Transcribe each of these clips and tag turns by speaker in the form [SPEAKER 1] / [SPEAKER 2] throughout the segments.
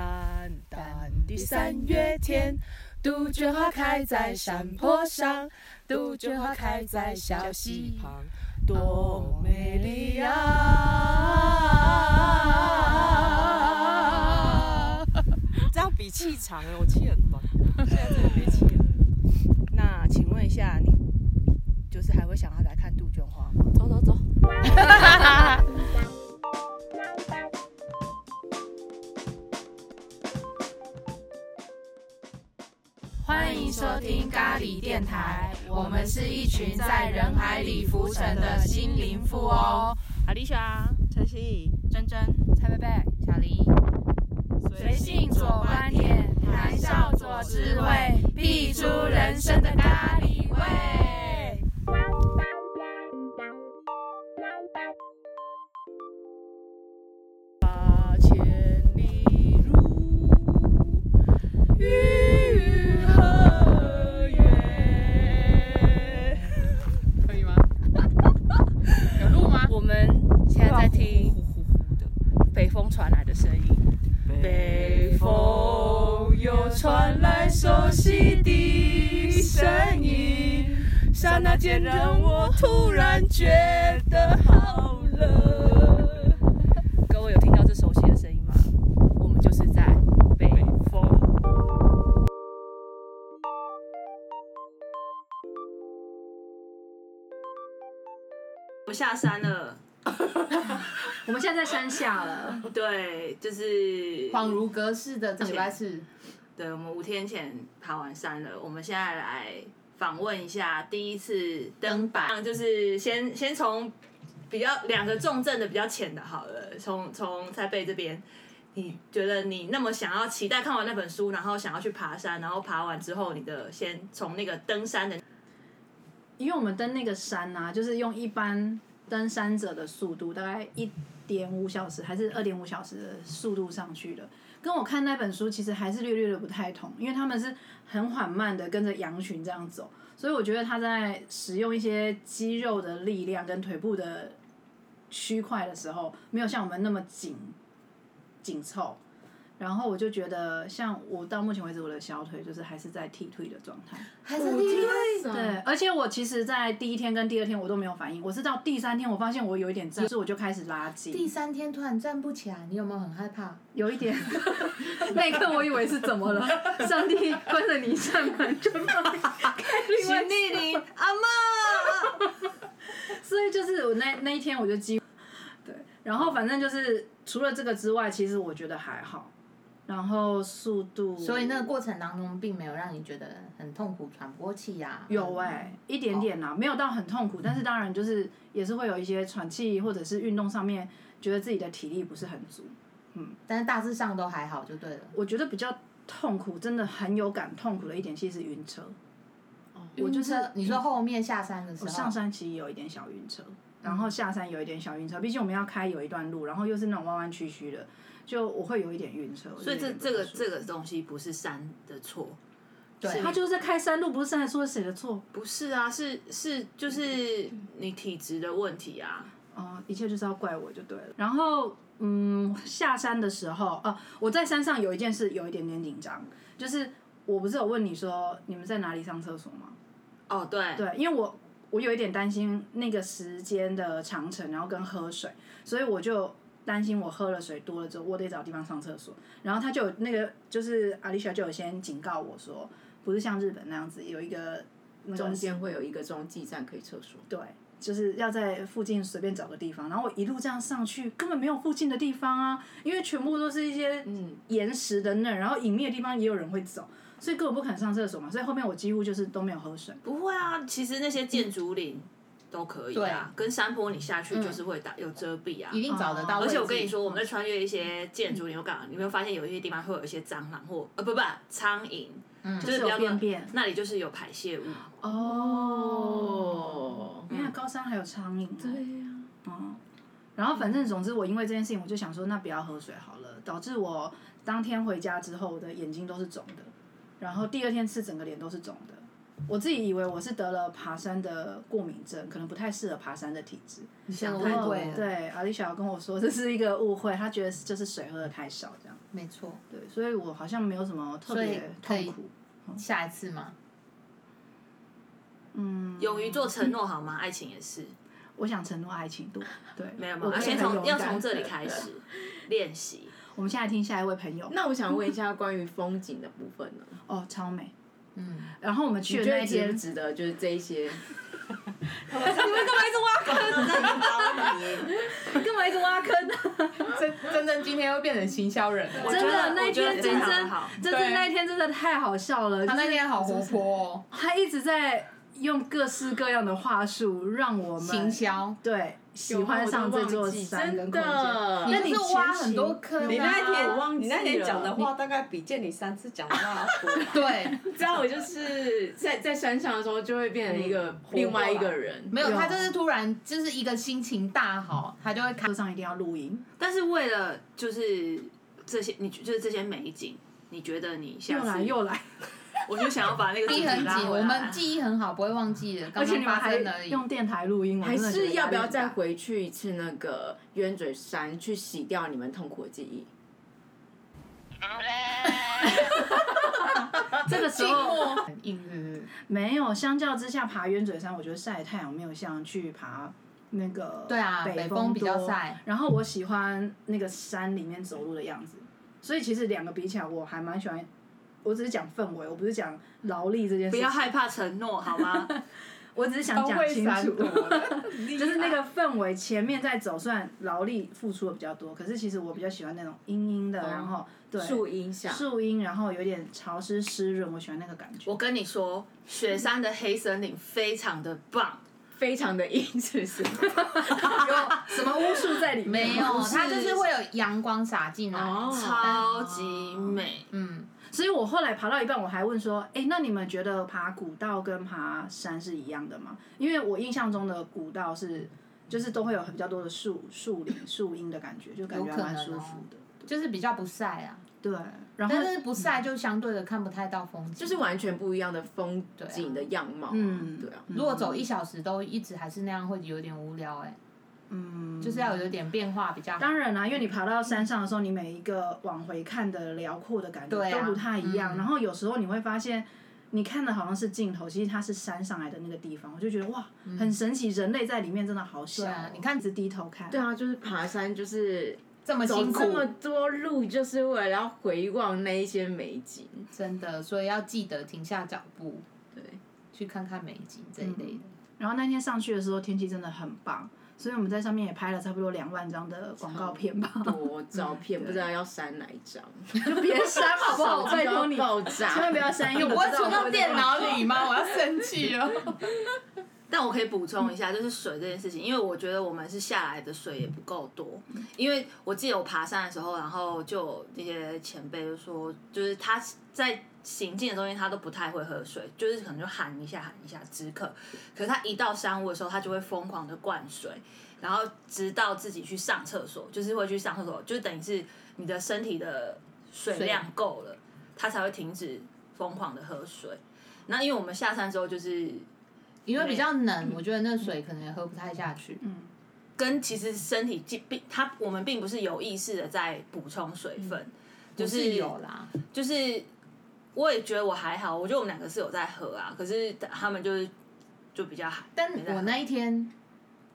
[SPEAKER 1] 淡淡的三月天，杜鹃花开在山坡上，杜鹃花开在小溪旁，多美丽啊！
[SPEAKER 2] 这样比气长欸了，我气很短，现在真的没气了。
[SPEAKER 1] 那请问一下，你就是还会想要来看杜鹃花吗？
[SPEAKER 2] 走走走，
[SPEAKER 3] 欢迎收听咖喱电台，我们是一群在人海里浮沉的心灵富翁。
[SPEAKER 1] 阿丽莎，
[SPEAKER 2] 晨曦，
[SPEAKER 3] 珍珍，
[SPEAKER 1] 蔡贝贝，
[SPEAKER 3] 小林，随性左观点，谈笑左智慧，辟出人生的咖喱味。
[SPEAKER 1] 八千里路，欲何远？
[SPEAKER 4] 可以吗？有录吗？
[SPEAKER 1] 我们现在在听
[SPEAKER 2] 呼呼呼呼的
[SPEAKER 1] 北风传来的声音，北风又传来熟悉的声音，刹那间让我突然觉得好了。各位有听到这熟悉的声音吗？我们就是在北风。
[SPEAKER 5] 我下山了，
[SPEAKER 6] 我们现在在山下了，
[SPEAKER 5] 对，就是
[SPEAKER 6] 恍如隔世的这礼拜四，
[SPEAKER 5] 对，我们五天前爬完山了，我们现在来访问一下第一次登板，就是先先从比较两个重症的比较浅的好了，从从蔡贝这边，你觉得你那么想要期待看完那本书，然后想要去爬山，然后爬完之后，你的先从那个登山的
[SPEAKER 6] 因为我们登那个山呐、就是用一般登山者的速度，大概一点五小时还是二点五小时的速度上去的。跟我看那本书其实还是略略的不太同，因为他们是很缓慢的跟着羊群这样走，所以我觉得他在使用一些肌肉的力量跟腿部的区块的时候，没有像我们那么紧紧凑。然后我就觉得，像我到目前为止，我的小腿就是还是在踢腿的状态。
[SPEAKER 3] 还是第一次
[SPEAKER 6] 对，而且我其实，在第一天跟第二天我都没有反应，我是到第三天我发现我有一点站，所以我就开始拉
[SPEAKER 3] 第
[SPEAKER 6] 筋，
[SPEAKER 3] 三天突然站不起来，你有没有很害怕？
[SPEAKER 6] 有一点。 那一刻我以为是怎么了，上帝关了你一扇门 就让你开另 外一 扇
[SPEAKER 5] 林阿妈，
[SPEAKER 6] 所以就是我那那一天我就几乎对，然后反正就是除了这个之外，其实我觉得还好。然后速度，
[SPEAKER 3] 所以那个过程当中，并没有让你觉得很痛苦、喘不过气呀、嗯
[SPEAKER 6] 有哎、一点点啦，没有到很痛苦，但是当然就是也是会有一些喘气或者是运动上面觉得自己的体力不是很足。
[SPEAKER 3] 嗯但是大致上都还好就对了。
[SPEAKER 6] 我觉得比较痛苦，真的很有感痛苦的一点，其实是晕车。
[SPEAKER 5] 哦
[SPEAKER 6] 我就是
[SPEAKER 3] 晕车你说后面下山的时
[SPEAKER 6] 我
[SPEAKER 5] 啊
[SPEAKER 3] 候，
[SPEAKER 6] 上山其实有一点小晕车，然后下山有一点小晕车，毕竟我们要开有一段路，然后又是那种弯弯曲曲的，就我会有一点晕车。
[SPEAKER 5] 所以这这个这
[SPEAKER 6] 个，
[SPEAKER 5] 个东西不是山的错，
[SPEAKER 3] 对
[SPEAKER 6] 他就是在开山路，不是在说谁的错
[SPEAKER 5] 不是啊，是是就是
[SPEAKER 3] 嗯
[SPEAKER 5] 你体质的问题啊。
[SPEAKER 6] 哦、一切就是要怪我就对了。然后嗯，下山的时候，哦、我在山上有一件事有一点点紧张，就是我不是有问你说你们在哪里上厕所吗？
[SPEAKER 5] 哦，对，
[SPEAKER 6] 对，因为我我有一点担心那个时间的长程，然后跟喝水，所以我就担心我喝了水多了之后，我得找地方上厕所。然后他就有那个就是阿丽莎就有先警告我说，不是像日本那样子有一个那个
[SPEAKER 7] 中间会有一个中继站可以厕所。
[SPEAKER 6] 对，就是要在附近随便找个地方。然后我一路这样上去，根本没有附近的地方啊，因为全部都是一些岩石等等，然后隐秘的地方也有人会走，所以根本不肯上厕所嘛。所以后面我几乎就是都没有喝水。
[SPEAKER 5] 不会啊，其实那些建筑林都可以啊，跟山坡你下去就是会打、有遮蔽啊。
[SPEAKER 3] 一定找得到、
[SPEAKER 5] 而且我跟你，说，我们在穿越一些建筑林，我感你有没有发现有一些地方会有一些蟑螂或呃不不苍蝇，
[SPEAKER 3] 嗯
[SPEAKER 5] 就是比较
[SPEAKER 6] 就是有便便
[SPEAKER 5] 那里就是有排泄物。
[SPEAKER 6] 哦，原来高山还有苍蝇、对呀、嗯，然后反正总之，我因为这件事情，我就想说，那不要喝水好了，导致我当天回家之后，我的眼睛都是肿的，然后第二天吃整个脸都是肿的。我自己以为我是得了爬山的过敏症，可能不太适合爬山的体质。
[SPEAKER 3] 你想
[SPEAKER 6] 然
[SPEAKER 3] 太
[SPEAKER 6] 后
[SPEAKER 3] 多了，
[SPEAKER 6] 对，阿丽小跟我说这是一个误会，她觉得就是水喝的太少这样。
[SPEAKER 8] 没错。
[SPEAKER 6] 对，所以我好像没有什么特
[SPEAKER 8] 所以
[SPEAKER 6] 别
[SPEAKER 8] 可以
[SPEAKER 6] 痛苦。
[SPEAKER 8] 下一次嘛，
[SPEAKER 6] 嗯，
[SPEAKER 5] 勇于做承诺好吗？爱情也是，
[SPEAKER 6] 我想承诺爱情度，对，
[SPEAKER 5] 没有
[SPEAKER 6] 我
[SPEAKER 5] 吗？
[SPEAKER 6] 可
[SPEAKER 5] 要
[SPEAKER 6] 以
[SPEAKER 5] 先
[SPEAKER 6] 很
[SPEAKER 5] 从
[SPEAKER 6] 勇
[SPEAKER 5] 要
[SPEAKER 6] 敢
[SPEAKER 5] 从这里开始练习。
[SPEAKER 6] 我们现在听下一位朋友，
[SPEAKER 7] 那我想问一下关于风景的部分呢？
[SPEAKER 6] 哦，超美。
[SPEAKER 8] 嗯，
[SPEAKER 6] 然后我们去
[SPEAKER 7] 你
[SPEAKER 6] 的
[SPEAKER 7] 觉
[SPEAKER 6] 那
[SPEAKER 7] 得
[SPEAKER 6] 一
[SPEAKER 7] 值
[SPEAKER 6] 天
[SPEAKER 7] 不，值得？就是这 一些，
[SPEAKER 6] 干嘛一直挖坑？
[SPEAKER 4] 真真正今天又变成行销人了。
[SPEAKER 6] 真的那一天
[SPEAKER 5] 我觉得
[SPEAKER 6] 真
[SPEAKER 5] 非常
[SPEAKER 6] 真
[SPEAKER 5] 好
[SPEAKER 6] 真真
[SPEAKER 4] 对
[SPEAKER 6] 那一天真的太好笑了，
[SPEAKER 4] 他
[SPEAKER 6] 就是
[SPEAKER 4] 那天好活泼哦，
[SPEAKER 6] 他一直在用各式各样的话术让我们
[SPEAKER 8] 行销，
[SPEAKER 6] 对喜欢上这座山跟空间。
[SPEAKER 7] 的
[SPEAKER 8] 那你就是挖很多坑、啊，
[SPEAKER 2] 你那
[SPEAKER 7] 我忘
[SPEAKER 2] 天你
[SPEAKER 7] 记
[SPEAKER 2] 那天讲的话，大概比见你三次讲的话还多。
[SPEAKER 8] 对，
[SPEAKER 5] 你知道 我就是在在山上的时候，就会变成一个另外一个人。
[SPEAKER 8] 没有，
[SPEAKER 6] 啊
[SPEAKER 8] 他就是突然就是一个心情大好，他就会开
[SPEAKER 6] 车上一定要录音，
[SPEAKER 5] 但是为了就是这些，你就是这些美景，你觉得你下
[SPEAKER 6] 又来
[SPEAKER 5] 次，
[SPEAKER 6] 又来，
[SPEAKER 5] 我就想要把那 个主
[SPEAKER 8] 逼
[SPEAKER 5] 题
[SPEAKER 8] 很
[SPEAKER 5] 拉
[SPEAKER 8] 紧，
[SPEAKER 5] 回
[SPEAKER 8] 我们
[SPEAKER 5] 来
[SPEAKER 8] 记忆很好，不会忘记的，
[SPEAKER 6] 而
[SPEAKER 8] 刚
[SPEAKER 6] 且你
[SPEAKER 8] 刚
[SPEAKER 6] 们
[SPEAKER 8] 发
[SPEAKER 6] 还
[SPEAKER 8] 生而已。
[SPEAKER 6] 用电台录音，我
[SPEAKER 7] 还
[SPEAKER 6] 真的觉得
[SPEAKER 7] 是要不要
[SPEAKER 6] 压力很
[SPEAKER 7] 再
[SPEAKER 6] 大？
[SPEAKER 7] 回去一次那个冤嘴山，去洗掉你们痛苦的记忆？
[SPEAKER 6] 这个时候
[SPEAKER 8] 很硬，是不是
[SPEAKER 6] 没有，相较之下爬鸢嘴山，我觉得晒太阳没有像去爬。那个
[SPEAKER 8] 对啊北
[SPEAKER 6] 北
[SPEAKER 8] 峰比较
[SPEAKER 6] 多
[SPEAKER 8] 晒，
[SPEAKER 6] 然后我喜欢那个山里面走路的样子，所以其实两个比起来，我还蛮喜欢。我只是讲氛围，我不是讲劳力这件事
[SPEAKER 5] 不
[SPEAKER 6] 情。
[SPEAKER 5] 要害怕承诺，好吗？
[SPEAKER 6] 我只是想讲清
[SPEAKER 4] 超
[SPEAKER 6] 楚
[SPEAKER 4] 会闪，躲的
[SPEAKER 6] 就是那个氛围。前面在走，虽然劳力付出的比较多，可是其实我比较喜欢那种阴阴
[SPEAKER 8] 哦
[SPEAKER 6] 的，然后对
[SPEAKER 7] 树荫下，
[SPEAKER 6] 树荫，然后有点潮湿湿润，我喜欢那个感觉。
[SPEAKER 5] 我跟你说，雪山的黑森林非常的 棒，
[SPEAKER 7] 非常的阴，是不是？
[SPEAKER 6] 什么巫术在里面？
[SPEAKER 8] 没有，
[SPEAKER 6] 不是
[SPEAKER 8] 它就是会有阳光洒进来。
[SPEAKER 5] 超级美。
[SPEAKER 8] 嗯，
[SPEAKER 6] 所以我后来爬到一半，我还问说：“哎、那你们觉得爬古道跟爬山是一样的吗？”因为我印象中的古道是，就是都会有比较多的树、树林、树荫的感觉，就感觉还
[SPEAKER 8] 有可
[SPEAKER 6] 蛮
[SPEAKER 8] 能哦
[SPEAKER 6] 舒服的。
[SPEAKER 8] 就是比较不晒啊，
[SPEAKER 6] 对，然后
[SPEAKER 8] 但是不晒就相对的看不太到风景。
[SPEAKER 7] 就是完全不一样的风
[SPEAKER 8] 对啊
[SPEAKER 7] 景的样貌啊。
[SPEAKER 6] 嗯
[SPEAKER 7] 对啊。
[SPEAKER 8] 如果走一小时都一直还是那样，会有点无聊哎、
[SPEAKER 6] 嗯，
[SPEAKER 8] 就是要有点变化比较好。
[SPEAKER 6] 当然啦、因为你爬到山上的时候，你每一个往回看的辽阔的感觉
[SPEAKER 8] 对啊
[SPEAKER 6] 都不太一样。
[SPEAKER 8] 嗯
[SPEAKER 6] 然后有时候你会发现，你看的好像是镜头，其实它是山上来的那个地方。我就觉得哇，很神奇，人类在里面真的好小、哦
[SPEAKER 8] 嗯对啊你看
[SPEAKER 6] 只低头看，
[SPEAKER 7] 对啊，就是爬山，就是
[SPEAKER 8] 这么
[SPEAKER 7] 走
[SPEAKER 8] 辛苦
[SPEAKER 7] 这，么多路，就是为了要回望那一些美景。
[SPEAKER 8] 真的，所以要记得停下脚步，
[SPEAKER 7] 对，
[SPEAKER 8] 去看看美景这一类的。
[SPEAKER 6] 然后那天上去的时候天气真的很棒，所以我们在上面也拍了差不多两万张的广告片吧。
[SPEAKER 7] 多照片不知道要删哪一 张，
[SPEAKER 6] 就 别删好不好？拜托你，
[SPEAKER 7] 爆
[SPEAKER 6] 千万
[SPEAKER 7] 炸。
[SPEAKER 6] 不要删，因为我
[SPEAKER 8] 我会
[SPEAKER 6] 知道
[SPEAKER 8] 存
[SPEAKER 6] 我
[SPEAKER 8] 到
[SPEAKER 6] 会
[SPEAKER 8] 电脑里吗？我要生气了。
[SPEAKER 5] 但我可以补充一下，就是水这件事情，因为我觉得我们是下来的水也不够多。因为我记得我爬山的时候，然后就有那些前辈就说，就是他在行进的中间他都不太会喝水，就是可能就喊一下喊一下止渴。可是他一到山屋的时候，他就会疯狂的灌水，然后直到自己去上厕所，就是会去上厕所，就等于是你的身体的水量够了，他才会停止疯狂的喝水。那因为我们下山之后就是。
[SPEAKER 8] 因为比较冷，我觉得那水可能也喝不太下去。
[SPEAKER 6] 嗯
[SPEAKER 5] 跟其实身体并并它我们并不是有意识的在补充水分，就
[SPEAKER 8] 不
[SPEAKER 5] 是
[SPEAKER 8] 是有啦，
[SPEAKER 5] 就是我也觉得我还好，我觉得我们两个是有在喝啊，可是他们就是就比较
[SPEAKER 8] 但
[SPEAKER 5] 没在喝
[SPEAKER 8] 我那一天，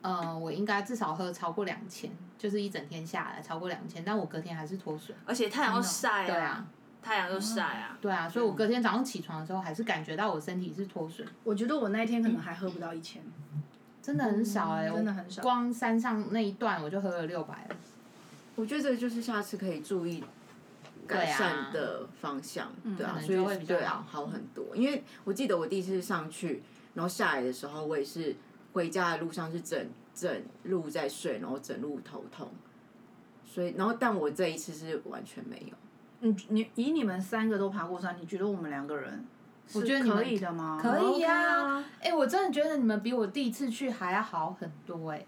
[SPEAKER 8] 呃，我应该至少喝超过两千，就是一整天下来超过两千，但我隔天还是脱水。
[SPEAKER 5] 而且太阳又晒
[SPEAKER 8] 对
[SPEAKER 5] 啊
[SPEAKER 8] 啊，，
[SPEAKER 5] 太阳又晒啊，
[SPEAKER 8] 对啊，所以我隔天早上起床的时候，还是感觉到我身体是脱水，
[SPEAKER 6] 我觉得我那一天可能还喝不到一千，
[SPEAKER 8] 真的很少哎、我
[SPEAKER 6] 真的很少
[SPEAKER 8] 光山上那一段我就喝了六百了。
[SPEAKER 7] 我觉得这个就是下次可以注意
[SPEAKER 8] 啊
[SPEAKER 7] 改善的方向，对
[SPEAKER 8] 可
[SPEAKER 7] 啊，
[SPEAKER 8] 能
[SPEAKER 7] 所
[SPEAKER 8] 就会
[SPEAKER 7] 以
[SPEAKER 8] 比较
[SPEAKER 7] 对啊，
[SPEAKER 8] 好
[SPEAKER 7] 好很多。因为我记得我第一次上去，然后下来的时候，我也是回家的路上是整整路在睡，然后整路头痛。所以，然后但我这一次是完全没有，
[SPEAKER 6] 你你以你们三个都爬过山，你觉得我们两个人，我
[SPEAKER 8] 觉得你们
[SPEAKER 6] 可以的吗？
[SPEAKER 8] 可以呀、
[SPEAKER 7] OK 啊
[SPEAKER 8] 哎、我真的觉得你们比我第一次去还要好很多哎、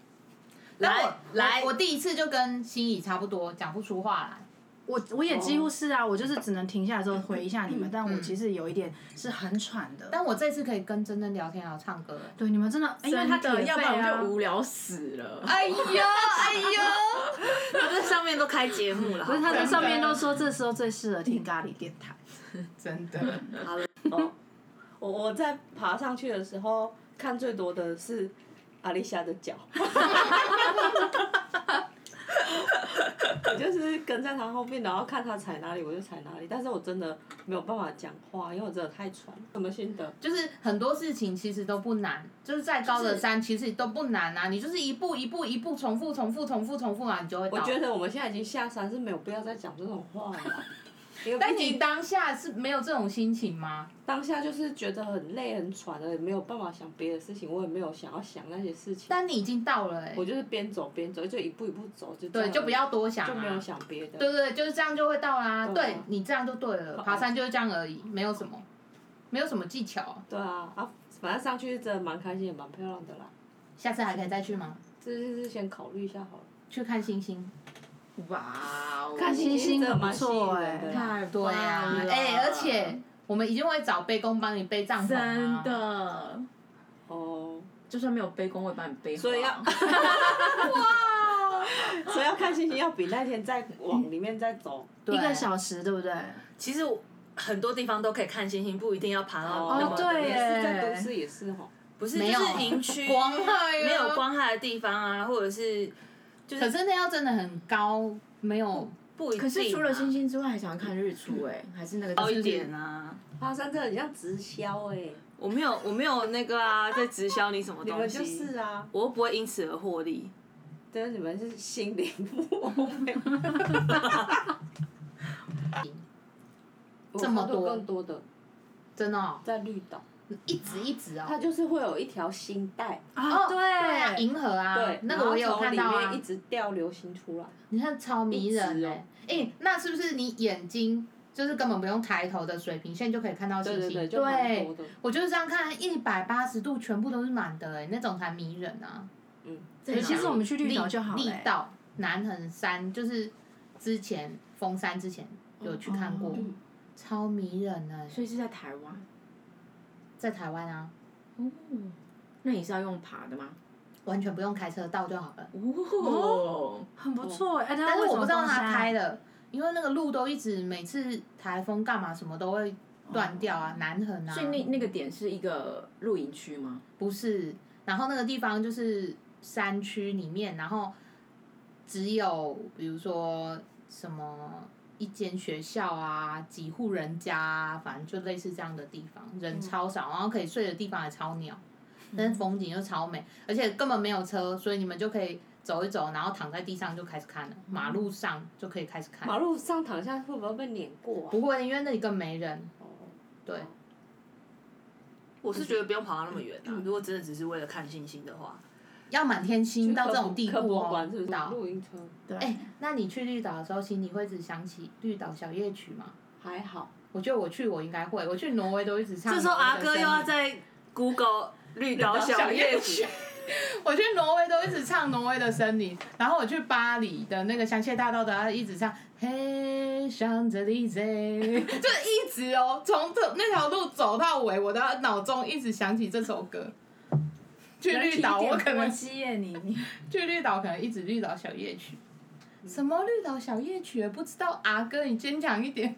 [SPEAKER 8] 但我
[SPEAKER 7] 来
[SPEAKER 8] 我我第一次就跟心怡差不多，讲不出话来。
[SPEAKER 6] 我我也几乎是啊，我就是只能停下来之后回一下你们，但我其实有一点是很喘的。
[SPEAKER 8] 但我这次可以跟珍珍聊天，还有唱歌。
[SPEAKER 6] 对你们真的，因为他
[SPEAKER 7] 真的，
[SPEAKER 6] 铁
[SPEAKER 7] 要不
[SPEAKER 6] 肺
[SPEAKER 7] 然
[SPEAKER 6] 啊
[SPEAKER 7] 我就无聊死了。
[SPEAKER 5] 哎呦哎呦，他在上面都开节目啊了，
[SPEAKER 6] 不是他在
[SPEAKER 5] 好
[SPEAKER 6] 上面都说这时候最适合听咖喱电台。
[SPEAKER 8] 真的，
[SPEAKER 4] 我我在爬上去的时候，看最多的是阿丽莎的脚，我就是跟在她后面，然后看她踩哪里我就踩哪里，但是我真的没有办法讲话，因为我真的太喘。什么心得？
[SPEAKER 8] 就是很多事情其实都不难，就是再高的山其实都不难啊，你就是一步一步一步重复重复重复重复啊，你就会到。
[SPEAKER 4] 我觉得我们现在已经下山是没有必要再讲这种话 了。因为
[SPEAKER 8] 但
[SPEAKER 4] 毕
[SPEAKER 8] 你
[SPEAKER 4] 竟
[SPEAKER 8] 当下是没有这种心情吗？
[SPEAKER 4] 当下就是觉得很累、很喘了，也没有办法想别的事情，我也没有想要想那些事情。
[SPEAKER 8] 但你已经到了、欸，
[SPEAKER 4] 我就是边走边走，就一步一步走，就这
[SPEAKER 8] 对，
[SPEAKER 4] 样
[SPEAKER 8] 就不要多想、啊，
[SPEAKER 4] 就没有想别的。
[SPEAKER 8] 对对，对就是这样就会到啦。
[SPEAKER 4] 对啊
[SPEAKER 8] 对你这样就对了，爬山就是这样而已，没有什么，没有什么技巧啊。
[SPEAKER 4] 对啊，啊，反正上去真的蛮开心，也蛮漂亮的啦。
[SPEAKER 8] 下次还可以再去吗？
[SPEAKER 4] 这就是先考虑一下好了。
[SPEAKER 8] 去看星星。
[SPEAKER 7] 哇哦，
[SPEAKER 6] 看星星
[SPEAKER 4] 真的
[SPEAKER 6] 很不
[SPEAKER 4] 蛮吸引
[SPEAKER 6] 错
[SPEAKER 4] 人
[SPEAKER 6] 哎、
[SPEAKER 4] 的啦。
[SPEAKER 7] 太
[SPEAKER 8] 对
[SPEAKER 7] 棒
[SPEAKER 8] 啊，
[SPEAKER 7] 了
[SPEAKER 8] 哎、而且我们一定会找背公帮你背帐篷、啊。
[SPEAKER 7] 真。的，
[SPEAKER 4] 哦，
[SPEAKER 7] 就算没有背弓，我也帮你背好。
[SPEAKER 4] 所以要所以要看星星，要比那天再往里面再 走。
[SPEAKER 6] 一个小时对不对？
[SPEAKER 5] 其实我很多地方都可以看星星，不一定要爬到那么
[SPEAKER 6] 哦对
[SPEAKER 4] 也
[SPEAKER 6] 耶
[SPEAKER 4] 是在都市也是哦哈。
[SPEAKER 5] 不是就
[SPEAKER 8] 没有
[SPEAKER 5] 是营区
[SPEAKER 8] 光害啊
[SPEAKER 5] 没有光害的地方啊，或者是
[SPEAKER 8] 可是那要真的很高，没有
[SPEAKER 5] 不一定啊、
[SPEAKER 7] 可是除了星星之外，还想看日出哎，还是那个
[SPEAKER 5] 高一点啊。
[SPEAKER 4] 爬山真的很像直销哎，
[SPEAKER 5] 我没有，我没有那个啊，在直销你什么
[SPEAKER 4] 你
[SPEAKER 8] 哦
[SPEAKER 4] 们
[SPEAKER 5] 东
[SPEAKER 4] 就
[SPEAKER 5] 西，
[SPEAKER 4] 是啊，
[SPEAKER 5] 我又不会因此而获利。
[SPEAKER 4] 对，你们是心灵欸不欧 美，
[SPEAKER 8] 这么
[SPEAKER 4] 我看
[SPEAKER 8] 多
[SPEAKER 4] 过更多的
[SPEAKER 8] 真的、哦，
[SPEAKER 4] 在绿岛，
[SPEAKER 8] 一直一直哦。
[SPEAKER 4] 它就是会有一条星带，
[SPEAKER 8] 哦，对啊，
[SPEAKER 6] 对，
[SPEAKER 8] 银河啊，
[SPEAKER 4] 对，
[SPEAKER 8] 那个我也
[SPEAKER 4] 然
[SPEAKER 8] 有
[SPEAKER 4] 后从
[SPEAKER 8] 看到
[SPEAKER 4] 里
[SPEAKER 8] 啊
[SPEAKER 4] 面一。直掉流星出来。
[SPEAKER 8] 你看超迷人
[SPEAKER 4] 一直
[SPEAKER 8] 哎、
[SPEAKER 4] 哦
[SPEAKER 8] 哎、那是不是你眼睛就是根本不用抬头的水平线就可以看到星
[SPEAKER 4] 对
[SPEAKER 8] 星？
[SPEAKER 4] 对对，就蛮多的。
[SPEAKER 8] 我就是这样看，一百八十度全部都是满的哎、那种才迷人啊！
[SPEAKER 7] 在
[SPEAKER 6] 其实我
[SPEAKER 7] 哪？
[SPEAKER 6] 们去绿岛就好了、
[SPEAKER 8] 力
[SPEAKER 6] 欸。
[SPEAKER 8] 道南横山就是之前封山之前有去看过，
[SPEAKER 4] 嗯
[SPEAKER 8] 超迷人的、
[SPEAKER 7] 所以是在台湾。
[SPEAKER 8] 在台湾啊，
[SPEAKER 7] 哦，那你是要用爬的吗？
[SPEAKER 8] 完全不用开车到就好了。
[SPEAKER 7] 哦，
[SPEAKER 6] 很不错哎、欸，但
[SPEAKER 8] 但是我不知道
[SPEAKER 7] 啊
[SPEAKER 6] 他
[SPEAKER 8] 他开的，因为那个路都一直每次台风干嘛什么都会断掉啊，南横啊。
[SPEAKER 7] 哦所以那那个点是一个露营区吗？
[SPEAKER 8] 不是，然后那个地方就是山区里面，然后只有比如说什么一间学校啊，几户人家啊，反正就类似这样的地方，
[SPEAKER 7] 嗯
[SPEAKER 8] 人超少，然后可以睡的地方也超鸟，但是风景又超美，而且根本没有车，所以你们就可以走一走，然后躺在地上就开始看了，
[SPEAKER 7] 嗯
[SPEAKER 8] 马路上就可以开始看
[SPEAKER 4] 马，路上躺下会不会被碾过啊？
[SPEAKER 8] 不会，因为那里更没人，
[SPEAKER 4] 哦
[SPEAKER 8] 对，
[SPEAKER 5] 我是觉得不用跑到那么远啊，如果真的只是为了看星星的话，
[SPEAKER 8] 要满天星到这种地
[SPEAKER 4] 科
[SPEAKER 8] 步
[SPEAKER 4] 博
[SPEAKER 8] 哦
[SPEAKER 4] 馆是不，是
[SPEAKER 8] 到
[SPEAKER 4] 露营车？
[SPEAKER 6] 对，
[SPEAKER 8] 哎、那你去绿岛的时候，心里会一直想起绿岛小夜曲吗？
[SPEAKER 4] 还好，
[SPEAKER 8] 我觉得我去我应该会，我去挪威都一直唱。
[SPEAKER 5] 这时候阿哥又要，在 Google 绿岛小夜曲，
[SPEAKER 8] 我去挪威都一直唱挪威的森林，然后我去巴黎的那个香榭大道的，他一直唱嘿香榭丽贼， 就一直哦，从这那条路走到尾，我的脑中一直想起这首歌。去绿岛，我 可能
[SPEAKER 6] 吸耶你，你
[SPEAKER 8] 去绿岛可能一直绿岛小夜曲。什么绿岛小夜曲？不知道阿哥，你坚强一点。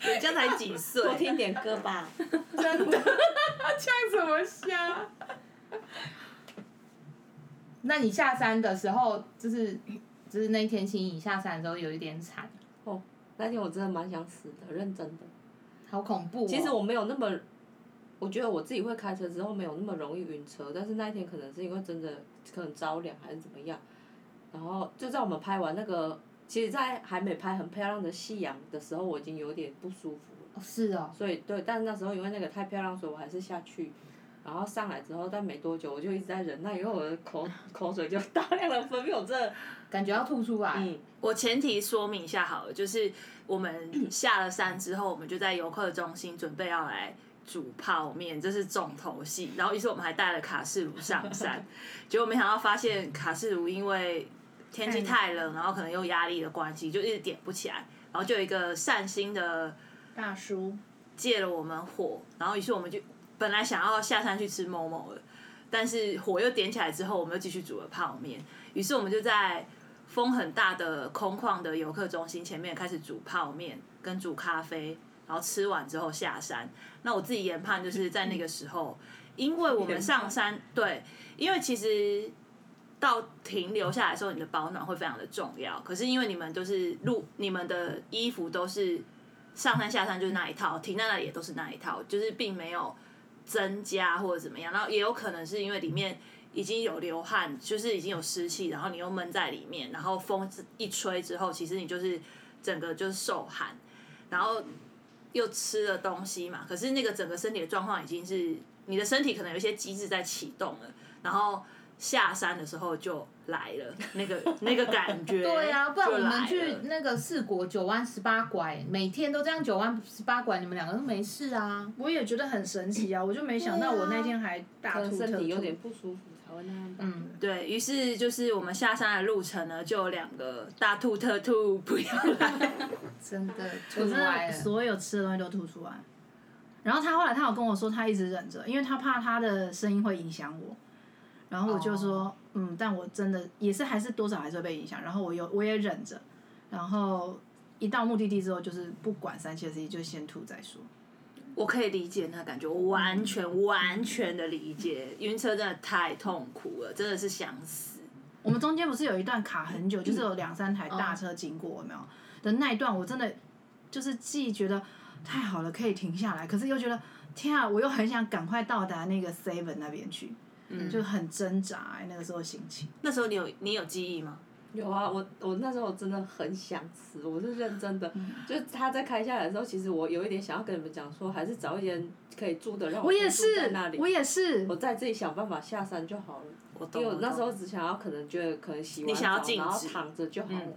[SPEAKER 5] 人家才几岁，
[SPEAKER 4] 多听点歌吧。
[SPEAKER 8] 真的，像什么虾？那你下山的时候，就是就是那一天心仪下山的时候有一点惨，
[SPEAKER 4] 哦，那天我真的蛮想死的，认真的。
[SPEAKER 8] 好恐怖、哦。
[SPEAKER 4] 其实我没有那么，我觉得我自己会开车之后没有那么容易晕车，但是那一天可能是因为真的可能着凉还是怎么样，然后就在我们拍完那个，其实，在还没拍很漂亮的夕阳的时候，我已经有点不舒服了。
[SPEAKER 8] 哦是哦，
[SPEAKER 4] 所以对，但是那时候因为那个太漂亮，所以我还是下去。然后上来之后，但没多久我就一直在忍耐，因为我的口口水就大量的分泌，我真的，
[SPEAKER 8] 感觉要吐出来。
[SPEAKER 4] 嗯，
[SPEAKER 5] 我前提说明一下好了，就是我们下了山之后，我们就在游客中心准备要来煮泡面，这是重头戏。然后于是我们还带了卡式炉上山，结果没想到发现卡式炉因为天气太冷，然后可能又压力的关系，就一直点不起来。然后就有一个善心的
[SPEAKER 6] 大叔，
[SPEAKER 5] 借了我们火，然后于是我们就本来想要下山去吃某某的，但是火又点起来之后，我们又继续煮了泡面。于是我们就在风很大的空旷的游客中心前面开始煮泡面跟煮咖啡，然后吃完之后下山。那我自己研判就是在那个时候，因为我们上山对，因为其实。到停留下来的时候，你的保暖会非常的重要。可是因为你们都是路，你们的衣服都是上山下山就是那一套，停在那里也都是那一套，就是并没有增加或者怎么样。然后也有可能是因为里面已经有流汗，就是已经有湿气，然后你又闷在里面，然后风一吹之后，其实你就是整个就是受寒，然后又吃了东西嘛。可是那个整个身体的状况已经是你的身体可能有一些机制在启动了，然后。下山的时候就来了，那个那个感觉。
[SPEAKER 8] 对呀、不然我
[SPEAKER 5] 就来
[SPEAKER 8] 们
[SPEAKER 5] 了
[SPEAKER 8] 去那个四国九弯十八拐，每天都这样九弯十八拐，你们两个都没事啊。
[SPEAKER 6] 我也觉得很神奇啊！我就没想到我那天还大
[SPEAKER 4] 可
[SPEAKER 6] 吐
[SPEAKER 4] 能
[SPEAKER 6] 特
[SPEAKER 4] 身
[SPEAKER 6] 吐
[SPEAKER 4] 体，有点不舒服才会那样吧。
[SPEAKER 8] 嗯，
[SPEAKER 5] 对于是，就是我们下山的路程呢，就有两个大兔特兔不要来。
[SPEAKER 8] 真的
[SPEAKER 6] 我
[SPEAKER 8] 吐
[SPEAKER 6] 真
[SPEAKER 8] 歪
[SPEAKER 6] 的
[SPEAKER 8] 了。
[SPEAKER 6] 所有吃的东西都吐出来。然后他后来他有跟我说，他一直忍着，因为他怕他的声音会影响我。然后我就说，
[SPEAKER 8] 哦
[SPEAKER 6] 嗯，但我真的也是还是多少还是会被影响。然后我有我也忍着，然后一到目的地之后，就是不管三七二十一，就先吐再说。
[SPEAKER 5] 我可以理解那感觉，我完全完全的理解，晕车真的太痛苦了，真的是想死。
[SPEAKER 6] 我们中间不是有一段卡很久，就是有两三台大车经过，有没有？的那一段，我真的就是既觉得太好了，可以停下来，可是又觉得天啊，我又很想赶快到达那个 Seven 那边去，就很挣扎、欸、那个时候心情。
[SPEAKER 5] 那时候你有你有记忆吗？
[SPEAKER 4] 有啊，我我那时候真的很想死，我是认真的。就是他在开下来的时候，其实我有一点想要跟你们讲说，还是找一间可以住的，让
[SPEAKER 6] 我也
[SPEAKER 4] 住在
[SPEAKER 6] 是
[SPEAKER 4] 那，里，
[SPEAKER 6] 我也是
[SPEAKER 4] 我，再自己想办法下山就好了。
[SPEAKER 5] 我
[SPEAKER 4] 因
[SPEAKER 5] 懂
[SPEAKER 4] 为
[SPEAKER 5] 了。
[SPEAKER 4] 我那时候只想要，可能觉得可能洗完
[SPEAKER 5] 你想要
[SPEAKER 4] 澡
[SPEAKER 5] 静
[SPEAKER 4] 然后
[SPEAKER 5] 止
[SPEAKER 4] 躺着就好了。
[SPEAKER 5] 嗯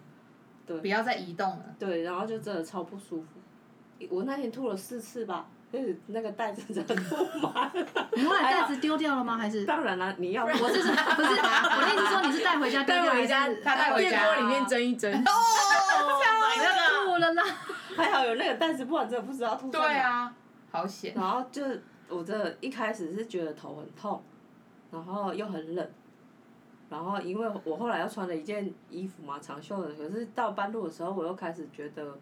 [SPEAKER 8] 不要再移动了。
[SPEAKER 4] 对，然后就真的超不舒服。我那天吐了四次吧，就是那个袋子真的吐满了。
[SPEAKER 6] 你后来袋子丢掉了吗？还是
[SPEAKER 4] 当然啦，你要
[SPEAKER 6] 我是不是？我的意思说你是带回家丢掉，还是
[SPEAKER 8] 他带回
[SPEAKER 7] 电
[SPEAKER 8] 家
[SPEAKER 7] 锅里面蒸一蒸，
[SPEAKER 6] 吐了啦？
[SPEAKER 4] 还好有那个袋子，不然真的不知道吐在
[SPEAKER 8] 对
[SPEAKER 4] 哪。
[SPEAKER 8] 啊，好险。
[SPEAKER 4] 然后就是我真的一开始是觉得头很痛，然后又很冷，然后因为我后来又穿了一件衣服嘛，长袖的，可是到半路的时候我又开始觉得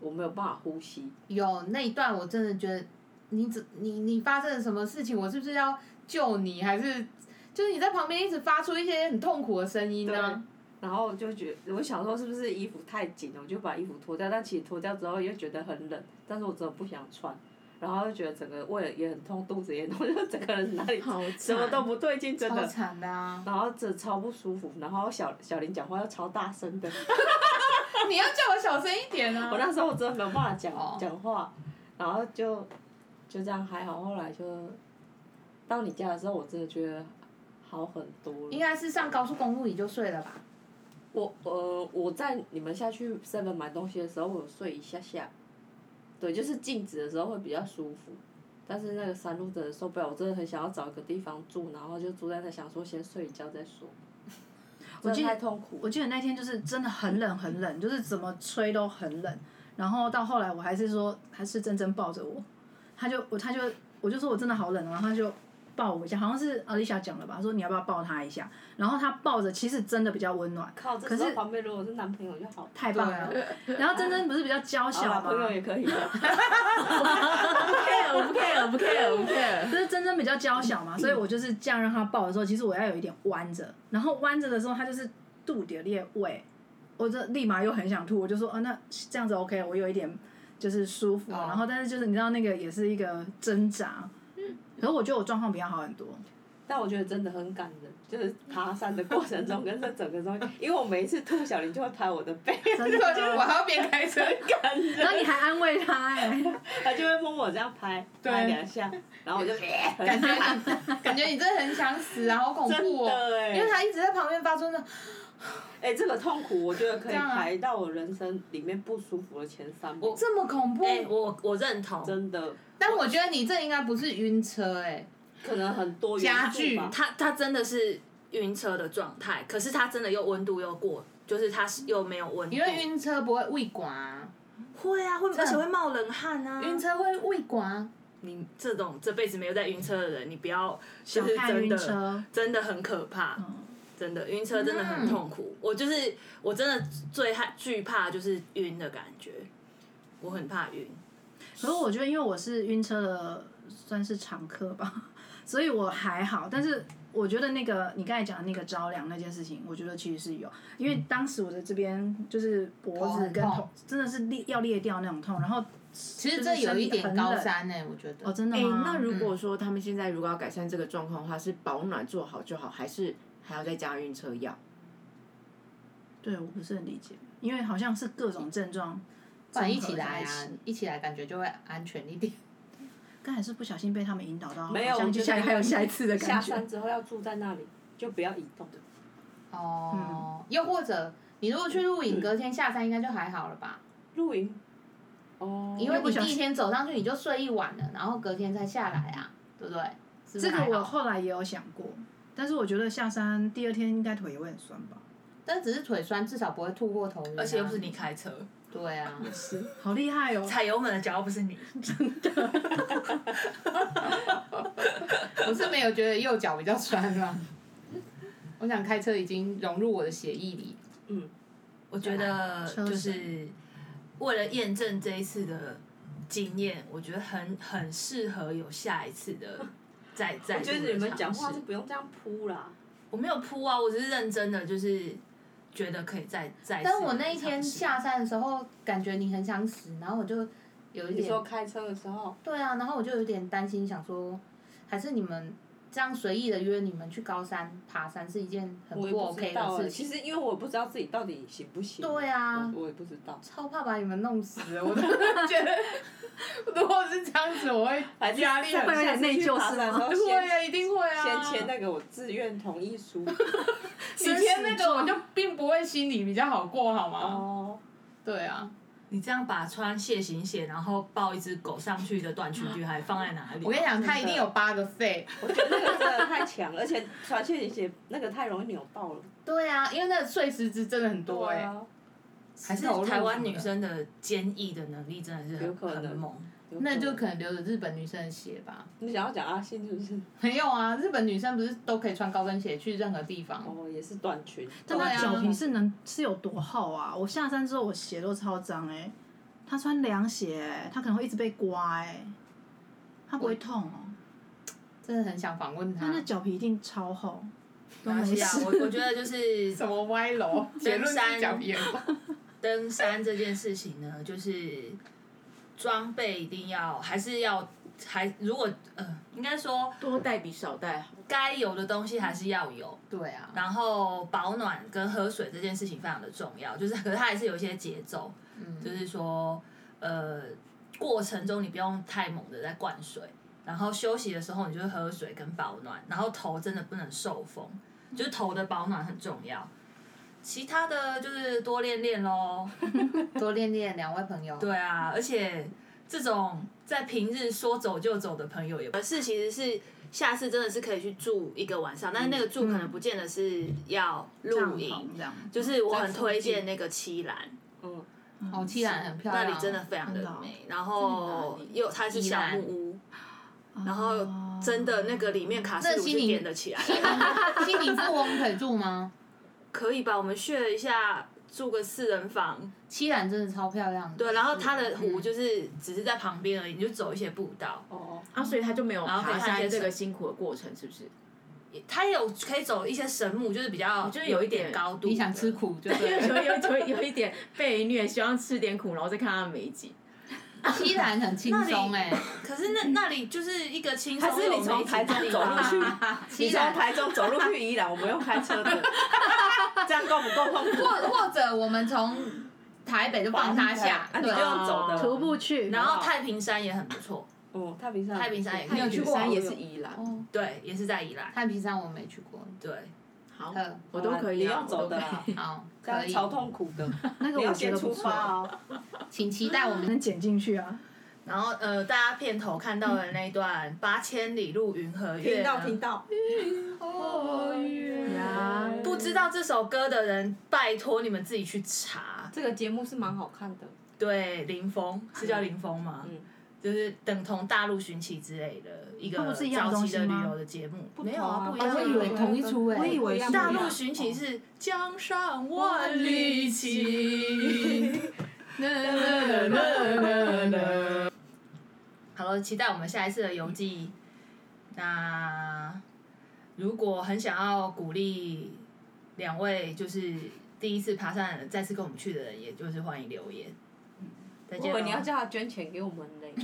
[SPEAKER 4] 我没有办法呼吸，
[SPEAKER 8] 有那一段，我真的觉得你怎你你发生了什么事情？我是不是要救你？还是就是你在旁边一直发出一些很痛苦的声音呢、
[SPEAKER 4] 然后我就觉我想说是不是衣服太紧了，我就把衣服脱掉，但其实脱掉之后又觉得很冷，但是我真的不想穿。然后就觉得整个胃也很痛，肚子也很痛， 就整个人哪里
[SPEAKER 7] 好
[SPEAKER 4] 什么
[SPEAKER 7] 惨
[SPEAKER 4] 都不对劲，真
[SPEAKER 8] 好
[SPEAKER 4] 的。
[SPEAKER 8] 惨的啊！
[SPEAKER 4] 然后这超不舒服，然后小小林讲话又超大声的，
[SPEAKER 8] 你要叫我小声一点啊！
[SPEAKER 4] 我那时候我真的没有办法讲
[SPEAKER 8] 哦
[SPEAKER 4] 讲话，然后就就这样还好，后来就到你家的时候，我真的觉得好很多
[SPEAKER 8] 应
[SPEAKER 4] 了。
[SPEAKER 8] 该是上高速公路你就睡了吧？
[SPEAKER 4] 我呃我在你们下去 seven 买东西的时候，我有睡一下下，对，就是静止的时候会比较舒服。但是那个山路真的受不了，我真的很想要找一个地方住，然后就住在那，想说先睡一觉再说。
[SPEAKER 6] 我
[SPEAKER 4] 真
[SPEAKER 6] 记
[SPEAKER 4] 的
[SPEAKER 6] 得
[SPEAKER 4] 太痛苦
[SPEAKER 6] 我
[SPEAKER 4] 了，
[SPEAKER 6] 记得那天就是真的很冷很冷，就是怎么吹都很冷。然后到后来我还是说，还是真真抱着我，他就我他就我就说我真的好冷哦，然后他就抱我一下，好像是阿丽莎讲了吧，说你要不要抱他一下？然后他抱着，其实真的比较温暖，
[SPEAKER 4] 靠，这
[SPEAKER 6] 可
[SPEAKER 4] 时候
[SPEAKER 6] 是
[SPEAKER 4] 旁边如果是男朋友就 好，
[SPEAKER 6] 太棒了。然后真真不是比较娇
[SPEAKER 4] 好啦
[SPEAKER 6] 小吗？
[SPEAKER 4] 朋友也可以啊。
[SPEAKER 7] 不 care 不 care 不 care，
[SPEAKER 6] 就是真真比较娇小嘛，所以我就是这样让他抱的时候，其实我要有一点弯着，然后弯着的时候，他就是肚底裂位，我这立马又很想吐，我就说，啊，那这样子 OK，我有一点就是舒服，
[SPEAKER 8] 哦
[SPEAKER 6] 然后但是就是你知道那个也是一个挣扎，可是我觉得我状况比较好很多，
[SPEAKER 4] 但我觉得真的很感人，就是爬山的过程中跟这整个中间，因为我每一次吐，小林就会拍我的背，
[SPEAKER 6] 真
[SPEAKER 8] 对，我
[SPEAKER 6] 的，
[SPEAKER 8] 还要边开车。
[SPEAKER 4] 感
[SPEAKER 6] 然
[SPEAKER 4] 人，
[SPEAKER 6] 后你还安慰他、 哎，
[SPEAKER 4] 他就会摸我这样拍，拍两下，然 后我就
[SPEAKER 8] 感觉感觉你真的很想死啊，好恐怖
[SPEAKER 4] 真
[SPEAKER 8] 哦！
[SPEAKER 4] 的哎
[SPEAKER 8] 因为他一直在旁边发出那
[SPEAKER 4] 哎、这个痛苦我觉得可以
[SPEAKER 8] 这样啊
[SPEAKER 4] 排到我人生里面不舒服的前三名，
[SPEAKER 8] 这么恐怖，
[SPEAKER 5] 哎、我我认同，
[SPEAKER 4] 真的
[SPEAKER 8] 但我觉得你这应该不是晕车哎、
[SPEAKER 4] 可能很多元
[SPEAKER 8] 家
[SPEAKER 4] 素
[SPEAKER 8] 具
[SPEAKER 4] 吧
[SPEAKER 5] 他他真的是晕车的状态，可是它真的又温度又过，就是它是又没有温度。
[SPEAKER 8] 因为晕车不会胃管啊，
[SPEAKER 5] 会啊，会而且会冒冷汗啊。
[SPEAKER 8] 晕车会胃管啊。
[SPEAKER 5] 你这种这辈子没有在晕车的人，你不要就是
[SPEAKER 6] 看
[SPEAKER 5] 真
[SPEAKER 6] 晕
[SPEAKER 5] 的
[SPEAKER 6] 车，
[SPEAKER 5] 真的很可怕。真的晕车真的很痛苦，我就是我真的最害惧怕就是晕的感觉，我很怕晕。
[SPEAKER 6] 可是我觉得，因为我是晕车的，算是常客吧， 所以我还好。但是我觉得那个你刚才讲的那个着凉那件事情，我觉得其实是有，因为当时我的这边就是脖子跟
[SPEAKER 8] 头很
[SPEAKER 6] 头
[SPEAKER 8] 痛
[SPEAKER 6] 真的是裂要裂掉那种痛，然后
[SPEAKER 8] 其实这有一点高山呢、欸我觉得。
[SPEAKER 6] 哦真的
[SPEAKER 7] 哎、
[SPEAKER 6] 吗？
[SPEAKER 7] 那如果说他们现在如果要改善这个状况的话，是保暖做好就好，还是还要再加晕车药？
[SPEAKER 6] 对我不是很理解，因为好像是各种症状。
[SPEAKER 8] 不然一起
[SPEAKER 6] 在
[SPEAKER 8] 来
[SPEAKER 6] 一
[SPEAKER 8] 啊
[SPEAKER 6] 起，
[SPEAKER 8] 一起来感觉就会安全 一点。
[SPEAKER 6] 刚才是不小心被他们引导到，
[SPEAKER 4] 没有
[SPEAKER 6] 好像
[SPEAKER 4] 我
[SPEAKER 6] 就
[SPEAKER 4] 觉得
[SPEAKER 6] 下还有下一次 的
[SPEAKER 4] 下
[SPEAKER 6] 感觉
[SPEAKER 4] 山。之后要住在那里，就不要移动。
[SPEAKER 8] 哦，又或者你如果去露营，隔天下山应该就还好了吧？
[SPEAKER 4] 露营，哦，
[SPEAKER 8] 因为
[SPEAKER 6] 不
[SPEAKER 8] 你
[SPEAKER 6] 小
[SPEAKER 8] 第
[SPEAKER 6] 心
[SPEAKER 8] 一天走上去你就睡一晚了，然后隔天再下来啊，对不对？是不是
[SPEAKER 6] 这个
[SPEAKER 8] 还好
[SPEAKER 6] 我后来也有想过，但是我觉得下山第二天应该腿也会很酸吧？
[SPEAKER 8] 但只是腿酸，至少不会吐或头晕、
[SPEAKER 5] 而且又不是你。开车，
[SPEAKER 8] 对啊，
[SPEAKER 6] 是，好厉害哦！
[SPEAKER 5] 踩油门的脚又不是你，
[SPEAKER 8] 我是没有觉得右脚比较酸啊。 我想开车已经融入我的血液里。
[SPEAKER 5] 我觉得
[SPEAKER 6] 车
[SPEAKER 5] 就是为了验证这一次的经验，我觉得很很适合有下一次的 再再。
[SPEAKER 4] 我觉得你们讲话是不用这样铺啦。
[SPEAKER 5] 我没有铺啊，我只是认真的，就是觉得可以再再。
[SPEAKER 8] 但我那一天，下山的时候，感觉你很想死，然后我就有一
[SPEAKER 4] 你
[SPEAKER 8] 点
[SPEAKER 4] 说开车的时候，
[SPEAKER 8] 对啊，然后我就有点担心，想说还是你们这样随意的约你们去高山爬山是一件很
[SPEAKER 4] 我也
[SPEAKER 8] 不
[SPEAKER 4] 不
[SPEAKER 8] OK
[SPEAKER 4] 知道、
[SPEAKER 8] 的
[SPEAKER 4] 欸。
[SPEAKER 8] 事
[SPEAKER 4] 其
[SPEAKER 8] 情。
[SPEAKER 4] 实因为我不知道自己到底行不行。
[SPEAKER 8] 对啊
[SPEAKER 4] 我我也不知道。
[SPEAKER 8] 超怕把你们弄死的，我真 的觉得，如果是这样子，我会
[SPEAKER 4] 还是
[SPEAKER 8] 压力
[SPEAKER 4] 下
[SPEAKER 8] 很
[SPEAKER 4] 次
[SPEAKER 6] 会有点内疚
[SPEAKER 4] 去爬山的时候
[SPEAKER 8] 会
[SPEAKER 4] 先
[SPEAKER 8] 啊，一定会
[SPEAKER 4] 先
[SPEAKER 8] 啊。
[SPEAKER 4] 签那个我自愿同 意书。
[SPEAKER 8] 你签那个，我就并不会心里比较好过，好吗？
[SPEAKER 4] 哦，
[SPEAKER 8] 对啊，
[SPEAKER 5] 你这样把穿蟹行鞋，然后抱一只狗上去的短裙女孩放在哪里？
[SPEAKER 8] 我跟你讲，他一定有八个肺。
[SPEAKER 4] 我觉得那个真的太强，而且传线写那个太容易扭到了。
[SPEAKER 8] 对啊，因为那个碎石子真的很多哎、
[SPEAKER 4] 啊，
[SPEAKER 5] 还是台湾女生的坚毅的能力真的是
[SPEAKER 4] 有可
[SPEAKER 5] 很
[SPEAKER 4] 能
[SPEAKER 5] 很猛。
[SPEAKER 4] 有
[SPEAKER 8] 那就
[SPEAKER 4] 能
[SPEAKER 8] 可能留着日本女生的鞋吧。
[SPEAKER 4] 你想要讲阿信是不是？
[SPEAKER 8] 没有啊，日本女生不是都可以穿高跟鞋去任何地方？
[SPEAKER 4] 哦，也是短裙。
[SPEAKER 6] 但他
[SPEAKER 8] 对啊
[SPEAKER 6] 脚皮是能是有多厚啊？我下山之后，我鞋都超脏哎、他穿凉鞋、欸他可能会一直被刮哎、他不会痛哦、
[SPEAKER 8] 真的很想访问他
[SPEAKER 6] 但。那脚皮一定超厚，都
[SPEAKER 5] 没
[SPEAKER 6] 没
[SPEAKER 5] 关系啊，
[SPEAKER 6] 事。
[SPEAKER 5] 我我觉得就是
[SPEAKER 8] 什么歪楼？结论是脚皮很厚。
[SPEAKER 5] 登山这件事情呢，就是装备一定要还是要还如果呃，应该说
[SPEAKER 7] 多带比少带好。
[SPEAKER 5] 该有的东西还是要有。
[SPEAKER 8] 对啊，
[SPEAKER 5] 然后保暖跟喝水这件事情非常的重要，就是可是它还是有一些节奏，就是说呃过程中你不用太猛的在灌水，然后休息的时候你就喝水跟保暖，然后头真的不能受风，就是头的保暖很重要。其他的就是多练练喽，
[SPEAKER 8] 多练练两位朋友。
[SPEAKER 5] 对啊，而且这种在平日说走就走的朋友也不呃是，其实是下次真的是可以去住一个晚上，但是那个住可能不见得是要露营，
[SPEAKER 6] 这样，
[SPEAKER 5] 就是我很推荐那个七兰，
[SPEAKER 4] 嗯，
[SPEAKER 8] 哦，七然很漂
[SPEAKER 5] 那
[SPEAKER 8] 亮。
[SPEAKER 5] 里真的非常
[SPEAKER 6] 真的
[SPEAKER 5] 的
[SPEAKER 6] 哦
[SPEAKER 5] 美，然后又它是小木屋，然后真的那
[SPEAKER 6] 哦
[SPEAKER 5] 个里面卡斯
[SPEAKER 8] 那
[SPEAKER 5] 鲁
[SPEAKER 8] 西
[SPEAKER 5] 是
[SPEAKER 8] 宁
[SPEAKER 5] 点得起来的，
[SPEAKER 8] 心灵富翁可以住吗？
[SPEAKER 5] 可以吧？我们去了一下。住个四人房，
[SPEAKER 8] 七然真的超漂亮的。
[SPEAKER 5] 对，啊然后它的湖就是只是在旁边而已，你就走一些步道，
[SPEAKER 4] 哦，
[SPEAKER 7] 啊，所以他就没有
[SPEAKER 5] 然后可以
[SPEAKER 7] 爬
[SPEAKER 5] 看一些
[SPEAKER 7] 山这个
[SPEAKER 5] 神
[SPEAKER 7] 辛苦的过程，是不是？
[SPEAKER 5] 它也有可以走一些神木，就是比较就是
[SPEAKER 7] 有
[SPEAKER 5] 一
[SPEAKER 7] 一点
[SPEAKER 5] 高度的。
[SPEAKER 8] 你想吃苦就对
[SPEAKER 7] 有
[SPEAKER 5] 啊
[SPEAKER 8] 了。
[SPEAKER 7] 有有有一点被虐，希望吃点苦，然后再看他的美景。
[SPEAKER 8] 七然很轻松哎，
[SPEAKER 5] 可是那那里就是一个轻松
[SPEAKER 4] 还是
[SPEAKER 5] 又有
[SPEAKER 4] 你从
[SPEAKER 5] 美景
[SPEAKER 4] 台
[SPEAKER 5] 的
[SPEAKER 4] 中
[SPEAKER 5] 地
[SPEAKER 4] 走
[SPEAKER 5] 方
[SPEAKER 4] 路
[SPEAKER 5] 啊。
[SPEAKER 4] 去，
[SPEAKER 8] 七
[SPEAKER 4] 你从
[SPEAKER 8] 然。
[SPEAKER 4] 台中走路去宜兰，我们用开车的，这样够不够痛苦？
[SPEAKER 8] 或或者我们从台北就放他下，
[SPEAKER 4] 啊，你
[SPEAKER 8] 对
[SPEAKER 4] 就用走的
[SPEAKER 6] 徒。步去，
[SPEAKER 5] 然后太平山也很不错，
[SPEAKER 4] 哦，啊太平山，
[SPEAKER 5] 太平山也
[SPEAKER 4] 没
[SPEAKER 5] 你有去过
[SPEAKER 7] 山也是宜兰，
[SPEAKER 5] 对，也是在宜兰。
[SPEAKER 8] 太平山我没去过。
[SPEAKER 5] 对，
[SPEAKER 7] 好
[SPEAKER 8] 嗯，
[SPEAKER 7] 我都可以
[SPEAKER 4] 你
[SPEAKER 7] 啊，
[SPEAKER 4] 用
[SPEAKER 7] 我都
[SPEAKER 4] 走
[SPEAKER 7] 可
[SPEAKER 4] 的
[SPEAKER 7] 以。
[SPEAKER 4] 啦，
[SPEAKER 8] 好，
[SPEAKER 4] 这
[SPEAKER 5] 啊
[SPEAKER 8] 可
[SPEAKER 4] 样
[SPEAKER 8] 以，
[SPEAKER 4] 超痛苦的。
[SPEAKER 6] 那个
[SPEAKER 4] 你要
[SPEAKER 6] 我觉
[SPEAKER 4] 先
[SPEAKER 6] 得
[SPEAKER 4] 出
[SPEAKER 6] 不
[SPEAKER 4] 发啊
[SPEAKER 6] 错，
[SPEAKER 4] 哦。
[SPEAKER 8] 请期待我们
[SPEAKER 6] 能剪进去啊。
[SPEAKER 5] 然后呃，大家片头看到的那一段八千里路云和月，
[SPEAKER 4] 听到听到，
[SPEAKER 8] 哎
[SPEAKER 6] 呀，
[SPEAKER 5] 不知道这首歌的人，拜托你们自己去查。
[SPEAKER 4] 这个节目是蛮好看的。
[SPEAKER 5] 对，林峰是叫林峰吗？
[SPEAKER 4] 嗯
[SPEAKER 5] 就是等同大陆寻奇之类的一个
[SPEAKER 6] 它不是一样
[SPEAKER 5] 早
[SPEAKER 6] 的东
[SPEAKER 5] 期
[SPEAKER 6] 西
[SPEAKER 5] 的
[SPEAKER 6] 吗
[SPEAKER 5] 旅游的节目，没有
[SPEAKER 4] 同啊
[SPEAKER 5] 啊，不一
[SPEAKER 4] 哦
[SPEAKER 5] 样啊。
[SPEAKER 4] 我以为同一
[SPEAKER 6] 出哎
[SPEAKER 7] 我以为是
[SPEAKER 5] 大陆寻
[SPEAKER 4] 哦
[SPEAKER 5] 奇是江山万里 情。好了，期待我们下一次的游记。那如果很想要鼓励两位，就是第一次爬山再次跟我们去的人，也就是欢迎留言。再
[SPEAKER 4] 我以
[SPEAKER 5] 见哦
[SPEAKER 4] 为
[SPEAKER 5] 咯。
[SPEAKER 4] 你要叫他捐钱给我们嘞。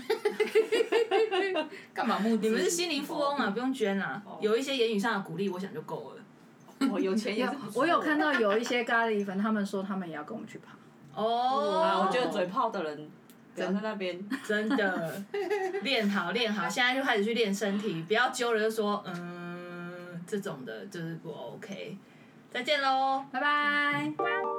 [SPEAKER 8] 干嘛募资？
[SPEAKER 5] 你们是心灵富翁啊，不用捐啊。
[SPEAKER 4] 哦
[SPEAKER 5] 有一些言语上的鼓励，我想就够了。
[SPEAKER 4] 我哦有钱也是不错
[SPEAKER 6] 啊我有看到有一些咖喱粉，他们说他们也要跟我们去爬。
[SPEAKER 4] 啊，
[SPEAKER 5] 哦，
[SPEAKER 4] 我觉得嘴炮的人不要在那边，
[SPEAKER 5] 真的练好练好，现在就开始去练身体，不要揪了就说嗯这种的，就是不 OK。再见喽。
[SPEAKER 6] 拜拜。